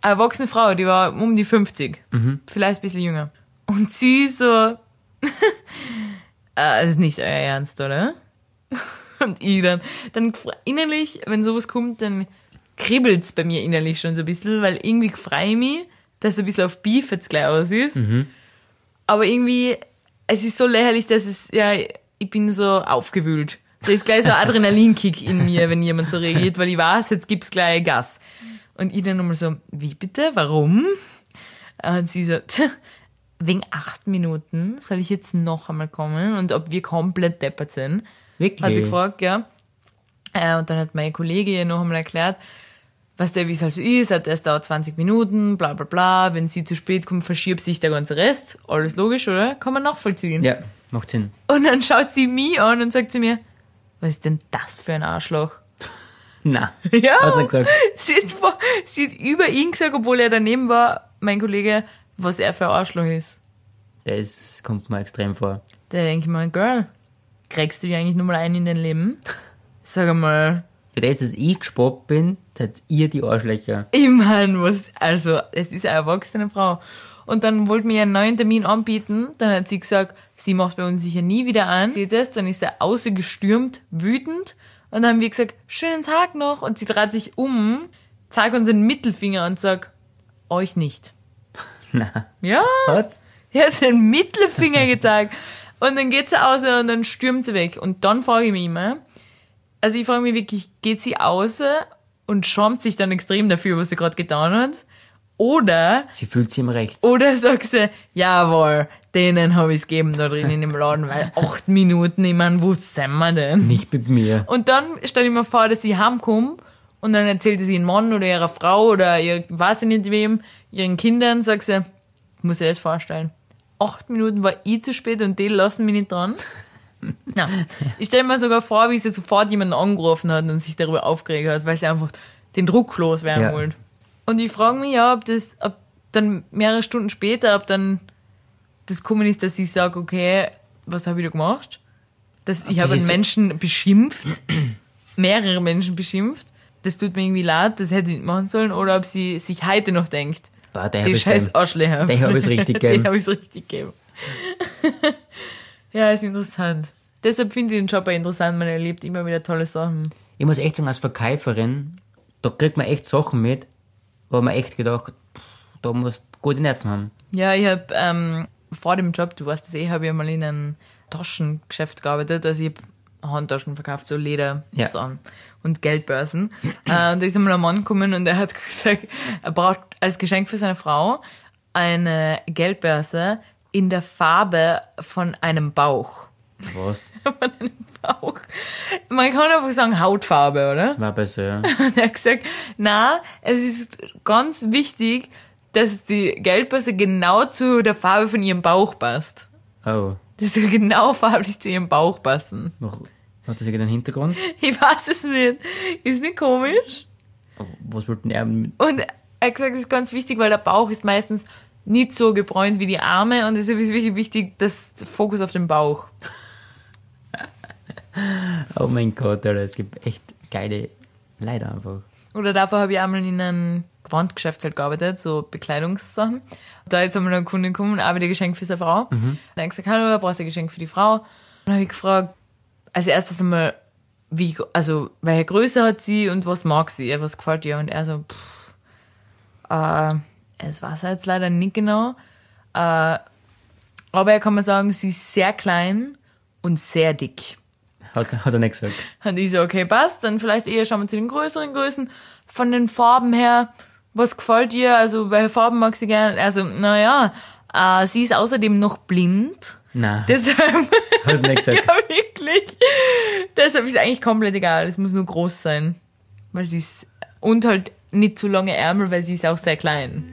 S4: eine erwachsene Frau, die war um die 50, vielleicht ein bisschen jünger. Und sie so, äh, das ist nicht euer Ernst, oder? Und ich dann, dann gef- innerlich, wenn sowas kommt, dann kribbelt's bei mir innerlich schon so ein bisschen, weil irgendwie freue ich mich, dass so ein bisschen auf Beef jetzt gleich aus ist. Aber irgendwie, es ist so lächerlich, dass es, ja, ich bin so aufgewühlt. Da ist gleich so ein Adrenalinkick in mir, wenn jemand so reagiert, weil ich weiß, jetzt gibt's gleich Gas. Und ich dann nochmal so, wie bitte, warum? Und sie so, "Tch, wegen acht Minuten soll ich jetzt noch einmal kommen und ob wir komplett deppert sind.
S3: Wirklich?
S4: Hat sie gefragt, ja. Äh, und dann hat meine Kollegin ihr noch einmal erklärt, was der, wie es halt so ist, hat erst dauert 20 Minuten, bla bla bla, wenn sie zu spät kommt, verschiebt sich der ganze Rest. Alles logisch, oder? Kann man nachvollziehen.
S3: Ja, macht Sinn.
S4: Und dann schaut sie mich an und sagt zu mir, was ist denn das für ein Arschloch?
S3: Na,
S4: Ja.
S3: hast du gesagt.
S4: Sie hat, vor, sie hat über ihn gesagt, obwohl er daneben war, mein Kollege, was er für ein Arschloch ist.
S3: Das kommt mir extrem vor.
S4: Da denke ich mir, Girl, kriegst du dich eigentlich nur mal ein in dein Leben? Sag einmal,
S3: Für das, dass ich gespoppt bin, seid ihr die Arschlöcher.
S4: ich mein, was, also, es ist eine erwachsene Frau. Und dann wollte mir einen neuen Termin anbieten, dann hat sie gesagt, sie macht bei uns sicher nie wieder an. Seht das, dann ist er außer gestürmt, wütend, und dann haben wir gesagt, schönen Tag noch, und sie dreht sich um, zeigt uns den Mittelfinger und sagt, euch nicht.
S3: Na,
S4: Ja.
S3: was?
S4: Er hat seinen Mittelfinger gezeigt. Und dann geht sie raus und dann stürmt sie weg. Und dann frage ich mich immer, also ich frage mich wirklich, geht sie raus und schämt sich dann extrem dafür, was sie gerade getan hat? Oder,
S3: Sie fühlt sich im Recht.
S4: oder sagt sie, jawohl, denen habe ich es gegeben da drin in dem Laden, weil acht Minuten, ich mein, wo sind wir denn?
S3: Nicht mit mir.
S4: Und dann stelle ich mir vor, dass sie heimkommt und dann erzählt sie ihren Mann oder ihrer Frau oder ihr, weiß ich nicht wem, ihren Kindern, sagt sie, ich muss dir das vorstellen. Acht Minuten war ich zu spät und die lassen mich nicht dran. Na, ich stelle mir sogar vor, wie sie sofort jemanden angerufen hat und sich darüber aufgeregt hat, weil sie einfach den Druck loswerden
S3: Ja.
S4: wollte. Und ich frage mich ja, ob das, ob dann mehrere Stunden später, ob dann das Kommen ist, dass ich sage, okay, was habe ich da gemacht? Dass ich
S3: Das
S4: habe einen
S3: ist-
S4: Menschen beschimpft, mehrere Menschen beschimpft. Das tut mir irgendwie leid, das hätte ich nicht machen sollen. Oder ob sie sich heute noch denkt,
S3: Boah, der
S4: die scheiß Arschlöcher.
S3: Den hab ich's richtig gegeben.
S4: Den habe ich richtig gegeben. ja, ist interessant. Deshalb finde ich den Job auch interessant, man erlebt immer wieder tolle Sachen.
S3: Ich muss echt sagen, als Verkäuferin da kriegt man echt Sachen mit, wo man echt gedacht, pff, da musst du gute Nerven haben.
S4: Ja, ich hab ähm, vor dem Job, du weißt es eh, habe ich mal in einem Taschengeschäft gearbeitet. Also ich hab Handtaschen verkauft, so Leder
S3: Ja.
S4: Sachen und Geldbörsen. äh, und da ist einmal ein Mann gekommen und er hat gesagt, er braucht als Geschenk für seine Frau eine Geldbörse in der Farbe von einem Bauch.
S3: Was?
S4: Von einem Bauch. Man kann einfach sagen Hautfarbe, oder?
S3: War besser, ja.
S4: Und er hat gesagt, na, es ist ganz wichtig, dass die Geldbörse genau zu der Farbe von ihrem Bauch passt.
S3: Oh,
S4: Das soll genau farblich zu ihrem Bauch passen.
S3: noch, hat das irgendeinen Hintergrund?
S4: Ich weiß es nicht. Ist nicht komisch?
S3: Was wollten die Erben mit?
S4: Und er hat gesagt, das ist ganz wichtig, weil der Bauch ist meistens nicht so gebräunt wie die Arme und deshalb ist es wirklich wichtig, das Fokus auf den Bauch.
S3: Oh mein Gott, Alter, es gibt echt geile Leider einfach.
S4: Oder davor habe ich einmal in einem Gewandgeschäft halt gearbeitet, so Bekleidungssachen. Da ist einmal ein Kunde gekommen, aber der Geschenk für seine Frau. Dann habe ich gesagt, hallo, er braucht ein Geschenk für die Frau. Dann habe ich gefragt, als erstes einmal, wie, also, welche Größe hat sie und was mag sie, ihr, was gefällt ihr? Und er so, pff, äh, es weiß er jetzt leider nicht genau. Äh, aber er kann man sagen, sie ist sehr klein und sehr dick.
S3: Hat, hat er nicht gesagt.
S4: Und ich so, okay, passt. Dann vielleicht eher schauen wir zu den größeren Größen. Von den Farben her, was gefällt dir? Also, welche Farben magst du gerne? Also, naja, äh, sie ist außerdem noch blind.
S3: Nein,
S4: Deshalb,
S3: hat er nicht gesagt.
S4: ja, wirklich. Deshalb ist eigentlich komplett egal. Es muss nur groß sein. Weil sie ist, und halt nicht zu lange Ärmel, weil sie ist auch sehr klein.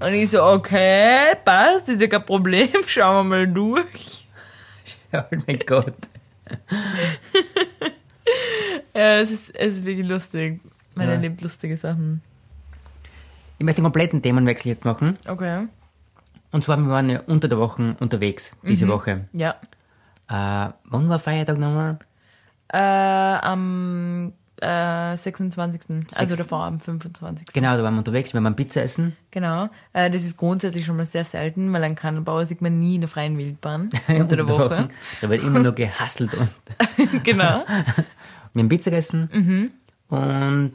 S4: Und ich so, okay, passt, ist ja kein Problem, schauen wir mal durch.
S3: Oh mein Gott.
S4: Ja, es ist, es ist wirklich lustig. Man
S3: Ja.
S4: erlebt lustige Sachen.
S3: Ich möchte einen kompletten Themenwechsel jetzt machen.
S4: Okay.
S3: Und zwar, wir waren ja unter der Woche unterwegs, diese
S4: Mhm.
S3: Woche.
S4: Ja.
S3: Äh, wann war Feiertag nochmal?
S4: Äh, am äh, 26. Also davor am 25.
S3: Genau, da waren wir unterwegs, wir waren Pizza essen.
S4: Genau. Äh, das ist grundsätzlich schon mal sehr selten, weil einen Kannelbauer sieht man nie in der freien Wildbahn unter der Woche.
S3: Da wird immer nur gehasselt und
S4: genau.
S3: wir haben Pizza gegessen.
S4: Mhm.
S3: Und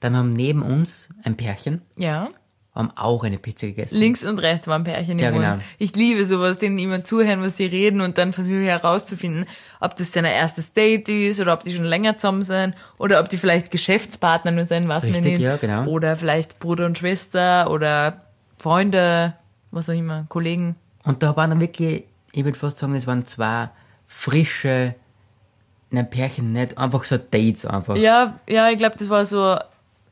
S3: dann haben neben uns ein Pärchen,
S4: Ja.
S3: haben auch eine Pizza gegessen.
S4: Links und rechts waren Pärchen
S3: Ja,
S4: neben
S3: genau.
S4: uns. Ich liebe sowas, denen immer zuhören, was die reden und dann versuche ich herauszufinden, ob das dein erstes Date ist oder ob die schon länger zusammen sind oder ob die vielleicht Geschäftspartner nur sind, was mir
S3: Richtig,
S4: nicht.
S3: ja, genau.
S4: Oder vielleicht Bruder und Schwester oder Freunde, was auch immer, Kollegen.
S3: Und da waren dann wirklich, ich würde fast sagen, das waren zwei frische, nein, Pärchen nicht, einfach so Dates einfach.
S4: Ja, ja, ich glaube, das war so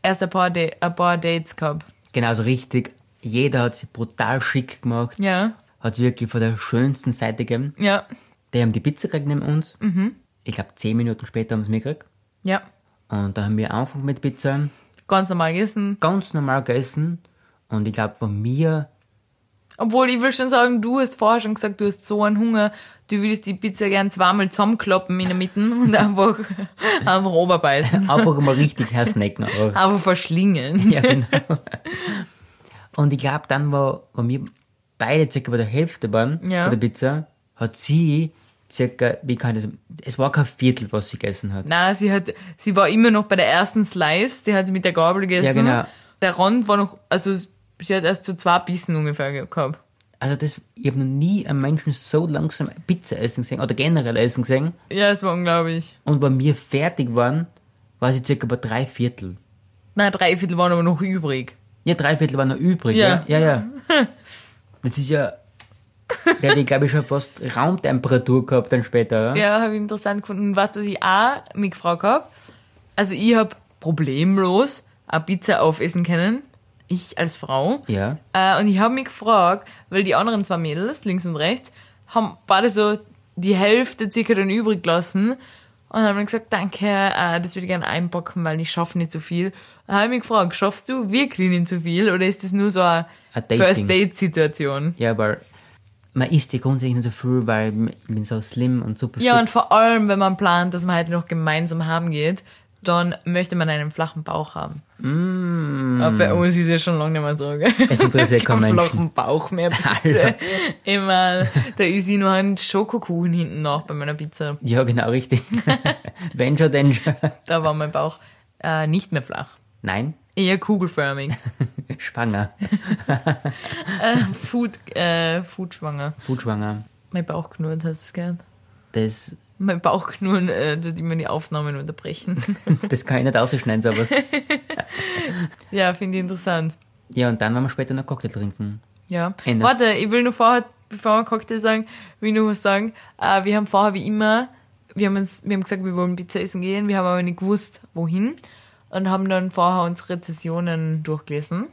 S4: erst ein paar, Da- ein paar Dates gehabt.
S3: Genau, so richtig. Jeder hat sich brutal schick gemacht.
S4: Ja,
S3: Hat sich wirklich von der schönsten Seite gegeben.
S4: ja,
S3: Die haben die Pizza gekriegt neben uns.
S4: Mhm.
S3: Ich glaube, zehn Minuten später haben sie mir gekriegt.
S4: ja.
S3: Und dann haben wir angefangen mit Pizza.
S4: Ganz normal gegessen.
S3: Ganz normal gegessen. Und ich glaube, von mir
S4: Obwohl, ich will schon sagen, du hast vorher schon gesagt, du hast so einen Hunger, du würdest die Pizza gern zweimal zusammenkloppen in der Mitte und einfach, einfach oberbeißen.
S3: einfach mal richtig hersnacken. Aber
S4: Einfach verschlingen.
S3: Ja, genau. Und ich glaube, dann, wo, wo wir beide circa bei der Hälfte waren,
S4: Ja.
S3: bei der Pizza, hat sie circa, wie kann ich das, es war kein Viertel, was sie gegessen hat.
S4: Na, sie hat, sie war immer noch bei der ersten Slice, die hat sie mit der Gabel gegessen.
S3: Ja, genau.
S4: Der Rand war noch, also, sie hat erst so zwei Bissen ungefähr gehabt.
S3: Also das, ich habe noch nie einen Menschen so langsam Pizza essen gesehen, oder generell essen gesehen,
S4: Ja, es war unglaublich.
S3: und wenn wir fertig waren, war sie circa bei drei Viertel.
S4: Nein, drei Viertel waren aber noch übrig.
S3: Ja, drei Viertel waren noch übrig, ja. Ja,
S4: Ja.
S3: ja. Das ist ja, der hätte, glaube ich, schon fast Raumtemperatur gehabt dann später, ja?
S4: Ja, habe ich interessant gefunden. Und weißt du, was ich auch mich gefragt habe? Also ich habe problemlos eine Pizza aufessen können. Ich als Frau.
S3: Ja.
S4: Äh, und ich habe mich gefragt, weil die anderen zwei Mädels, links und rechts, haben beide so die Hälfte circa dann übrig gelassen. Und haben dann gesagt, danke, äh, das würde ich gerne einpacken, weil ich schaffe nicht so viel. Da habe ich mich gefragt, schaffst du wirklich nicht so viel? Oder ist das nur so eine
S3: Ein Dating.
S4: First-Date-Situation?
S3: Ja, weil man isst ja grundsätzlich nicht so viel, weil ich bin so slim und super
S4: Ja,
S3: fit.
S4: und vor allem, wenn man plant, dass man halt noch gemeinsam haben geht, dann möchte man einen flachen Bauch haben. Mm. Aber bei uns ist ja schon lange nicht mehr so, gell?
S3: Es interessiert keinen
S4: Keinen
S3: Menschen.
S4: flachen Bauch mehr, bitte. Immer, da ist ich nur ein Schokokuchen hinten nach bei meiner Pizza.
S3: Ja, genau, richtig. Wenn schon, denn schon.
S4: Da war mein Bauch äh, nicht mehr flach.
S3: Nein,
S4: Eher kugelförmig.
S3: schwanger.
S4: äh, Food, äh, Foodschwanger.
S3: Foodschwanger.
S4: Mein Bauch knurrt, hast du es gern?
S3: Das,
S4: Mein Bauch knurren äh, tut immer die Aufnahmen unterbrechen.
S3: das kann ich nicht ausschneiden, sowas.
S4: ja, finde ich interessant.
S3: Ja, und dann werden wir später noch Cocktail trinken.
S4: Ja.
S3: Anders.
S4: Warte, ich will nur vorher, bevor wir Cocktail sagen, will ich nur was sagen. Äh, wir haben vorher wie immer, wir haben, uns, wir haben gesagt, wir wollen Pizza essen gehen, wir haben aber nicht gewusst, wohin. Und haben dann vorher unsere Rezessionen durchgelesen,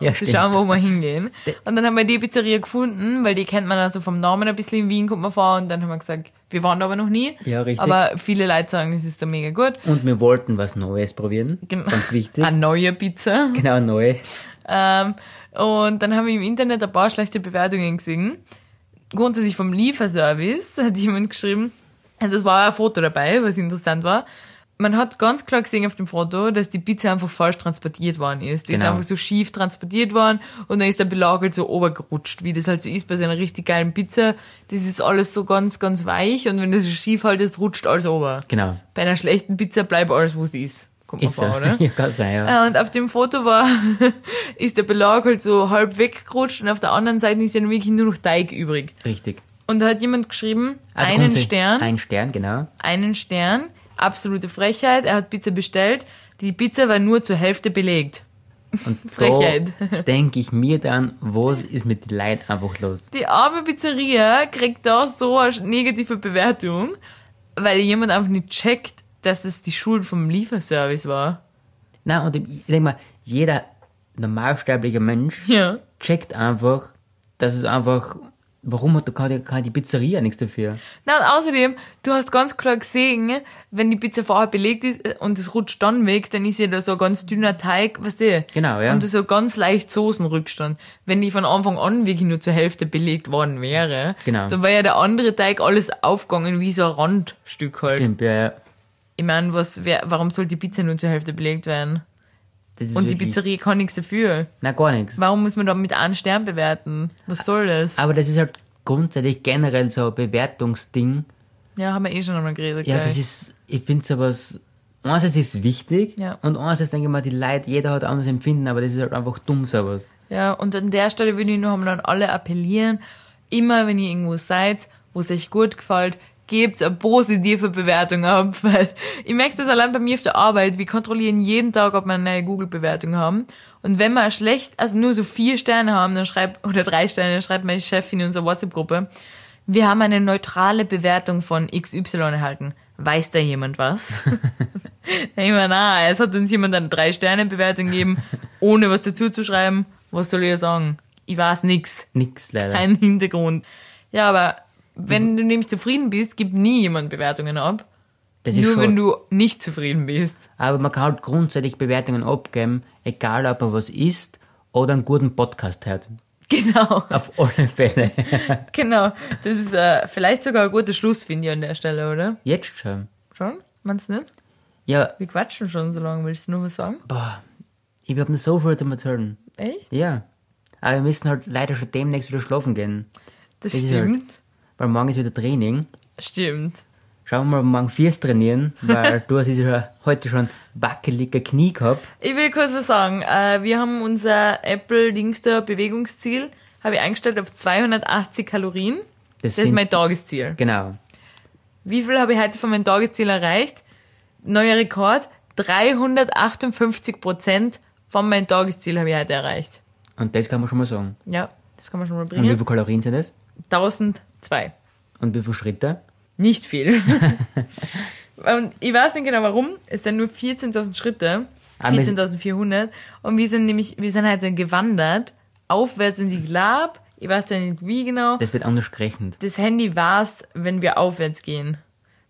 S3: Ja,
S4: zu
S3: stimmt.
S4: schauen, wo wir hingehen. Und dann haben wir die Pizzeria gefunden, weil die kennt man also vom Namen ein bisschen in Wien, kommt man vor. Und dann haben wir gesagt, wir waren da aber noch nie.
S3: Ja, richtig.
S4: Aber viele Leute sagen, es ist da mega gut.
S3: Und wir wollten was Neues probieren.
S4: Genau.
S3: Ganz wichtig.
S4: Eine neue Pizza.
S3: Genau, neu.
S4: Ähm, und dann habe ich im Internet ein paar schlechte Bewertungen gesehen. Grundsätzlich vom Lieferservice hat jemand geschrieben, also es war ein Foto dabei, was interessant war. Man hat ganz klar gesehen auf dem Foto, dass die Pizza einfach falsch transportiert worden ist. Die ist
S3: Genau.
S4: einfach so schief transportiert worden und dann ist der Belag halt so obergerutscht, wie das halt so ist bei so einer richtig geilen Pizza. Das ist alles so ganz, ganz weich und wenn du so schief haltest, rutscht alles ober.
S3: Genau.
S4: Bei einer schlechten Pizza bleibt alles, wo es ist. Kommt man
S3: Ist
S4: vor,
S3: so.
S4: oder?
S3: Ja, kann sein, ja.
S4: Äh, Und auf dem Foto war, ist der Belag halt so halb weggerutscht und auf der anderen Seite ist ja dann wirklich nur noch Teig übrig.
S3: Richtig.
S4: Und da hat jemand geschrieben,
S3: Also
S4: Äh, einen
S3: grundsätzlich-
S4: Stern,
S3: Ein Stern, genau.
S4: einen Stern, absolute Frechheit, er hat Pizza bestellt, die Pizza war nur zur Hälfte belegt.
S3: Und da
S4: Frechheit.
S3: denke ich mir dann, was ist mit den Leuten einfach los?
S4: Die arme Pizzeria kriegt da so eine negative Bewertung, weil jemand einfach nicht checkt, dass es die Schuld vom Lieferservice war.
S3: Na und ich denke mal, jeder normalsterbliche Mensch
S4: Ja.
S3: checkt einfach, dass es einfach, warum hat, kann, die- kann die Pizzeria nichts dafür?
S4: Na, und außerdem, du hast ganz klar gesehen, wenn die Pizza vorher belegt ist äh, und es rutscht dann weg, dann ist ja da so ein ganz dünner Teig, weißt du?
S3: Genau, ja.
S4: Und so ganz leicht Soßenrückstand. Wenn die von Anfang an wirklich nur zur Hälfte belegt worden wäre,
S3: Genau.
S4: dann wäre ja der andere Teig alles aufgegangen wie so ein Randstück halt.
S3: Stimmt, ja, ja.
S4: Ich meine, was, wer, warum soll die Pizza nur zur Hälfte belegt werden?
S3: Das ist
S4: Und die
S3: wirklich-
S4: Pizzeria kann nichts dafür.
S3: Na, gar nichts.
S4: Warum muss man da mit einem Stern bewerten? Was soll das?
S3: Aber das ist halt grundsätzlich generell so ein Bewertungsding.
S4: Ja, haben wir eh schon einmal geredet.
S3: Ja,
S4: gell?
S3: das ist, ich finde sowas, einerseits ist es wichtig
S4: Ja.
S3: und andererseits denke ich mal, die Leute, jeder hat anderes Empfinden, aber das ist halt einfach dumm sowas.
S4: Ja, und an der Stelle würde ich nur einmal an alle appellieren, immer wenn ihr irgendwo seid, wo es euch gut gefällt, gebt eine positive Bewertung ab, weil ich merke das allein bei mir auf der Arbeit, wir kontrollieren jeden Tag, ob wir eine neue Google-Bewertung haben. Und wenn wir schlecht, also nur so vier Sterne haben, dann schreibt, oder drei Sterne, dann schreibt meine Chefin in unserer WhatsApp-Gruppe, wir haben eine neutrale Bewertung von XY erhalten. Weiß da jemand was? Ich meine, na, es hat uns jemand eine Drei-Sterne-Bewertung gegeben, ohne was dazu zu schreiben. Was soll ich ja sagen? Ich weiß nix.
S3: Nix leider.
S4: Kein Hintergrund. Ja, aber
S3: Mhm.
S4: wenn du nämlich zufrieden bist, gibt nie jemand Bewertungen ab.
S3: das ist
S4: Nur
S3: schon,
S4: wenn du nicht zufrieden bist.
S3: aber man kann halt grundsätzlich Bewertungen abgeben, egal ob man was isst oder einen guten Podcast hört.
S4: Genau,
S3: Auf alle Fälle.
S4: genau. Das ist äh, vielleicht sogar ein guter Schluss, finde ich, an der Stelle, oder?
S3: Jetzt schon.
S4: Schon? Meinst du nicht?
S3: Ja,
S4: Wir quatschen schon so lange. Willst du noch was sagen?
S3: boah, ich habe noch so viel zu erzählen.
S4: Echt?
S3: Ja. Aber wir müssen halt leider schon demnächst wieder schlafen gehen,
S4: Das,
S3: Das ist
S4: stimmt.
S3: weil morgen ist wieder Training.
S4: Stimmt.
S3: Schauen wir mal, ob wir morgen Fiers trainieren, weil du hast ja heute schon wackelige Knie gehabt.
S4: Ich will kurz was sagen. Äh, Wir haben unser Apple-Dingster Bewegungsziel, habe ich eingestellt auf 280 Kalorien.
S3: Das
S4: Das, ist
S3: sind-
S4: mein Tagesziel.
S3: Genau.
S4: Wie viel habe ich heute von meinem Tagesziel erreicht? Neuer Rekord, 358 Prozent von meinem Tagesziel habe ich heute erreicht.
S3: Und das kann man schon mal sagen.
S4: Ja, das kann man schon mal
S3: Und wie
S4: bringen.
S3: viele Kalorien sind das?
S4: 1002.
S3: Und wie viele Schritte?
S4: Nicht viel. und ich weiß nicht genau warum. Es sind nur 14.000 Schritte.
S3: Aber es-
S4: 14.400. Und wir sind nämlich, wir sind heute gewandert. Aufwärts in die Glab. Ich weiß ja nicht wie genau.
S3: Das wird anders gerechnet.
S4: Das Handy war's, wenn wir aufwärts gehen.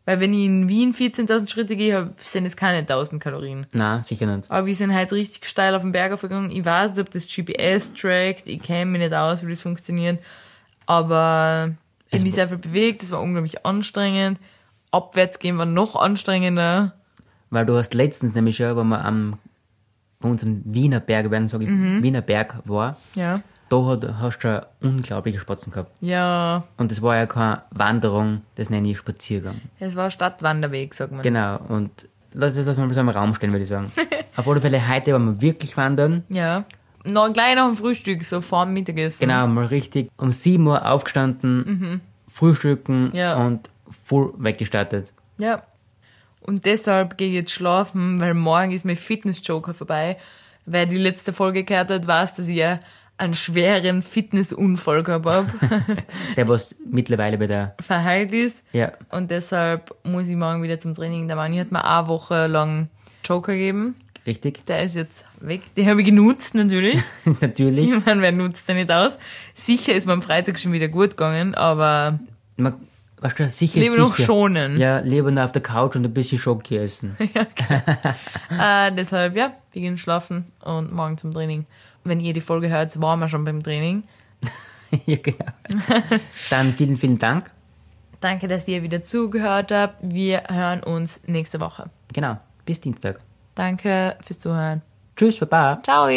S4: Weil wenn ich in Wien 14.000 Schritte gehe, hab- sind es keine 1.000 Kalorien.
S3: Na, sicher nicht.
S4: Aber wir sind halt richtig steil auf den Berg aufgegangen. Ich weiß nicht, ob das GPS trackt. Ich kenne mich nicht aus, wie das funktioniert. Aber ich habe mich sehr viel bewegt. Das war unglaublich anstrengend. Abwärts gehen war noch anstrengender.
S3: Weil du hast letztens nämlich schon, wenn wir am, bei unseren Wiener Berg werden, sage ich,
S4: Mhm.
S3: Wiener Berg war,
S4: Ja.
S3: da hat, hast du schon unglaubliche Spatzen gehabt.
S4: Ja,
S3: Und das war ja keine Wanderung, das nenne ich Spaziergang.
S4: es war ein Stadtwanderweg, sagt man.
S3: Genau, und lass das lass mal so im Raum stehen, würde ich sagen. Auf alle Fälle, heute waren wir wirklich wandern.
S4: Ja. Noch, gleich nach dem Frühstück, so vor dem Mittagessen.
S3: Genau, mal richtig um 7 Uhr aufgestanden, frühstücken
S4: Mhm. Ja.
S3: und voll weggestartet.
S4: Ja. Und deshalb gehe ich jetzt schlafen, weil morgen ist mein Fitness-Joker vorbei. Wer die letzte Folge gehört hat, weiß, dass ich ja einen schweren Fitnessunfall gehabt habe,
S3: Der, was mittlerweile bei der,
S4: verheilt ist.
S3: ja,
S4: Und deshalb muss ich morgen wieder zum Training. Der Mani hat mir eine Woche lang Joker gegeben.
S3: richtig,
S4: Der ist jetzt weg. Den habe ich genutzt, natürlich.
S3: natürlich.
S4: Ich meine, wer nutzt den nicht aus? Sicher ist mir am Freitag schon wieder gut gegangen, aber
S3: Man, weißt du, sicher ist
S4: lieber
S3: sicher.
S4: noch schonen.
S3: Ja, lieber nur auf der Couch und ein bisschen Schoki essen.
S4: Äh, deshalb, ja, wir gehen schlafen und morgen zum Training. Wenn ihr die Folge hört, waren wir schon beim Training.
S3: ja, genau. Dann vielen, vielen Dank.
S4: Danke, dass ihr wieder zugehört habt. Wir hören uns nächste Woche.
S3: Genau, bis Dienstag.
S4: Danke fürs Zuhören.
S3: Tschüss, Baba.
S4: Ciao!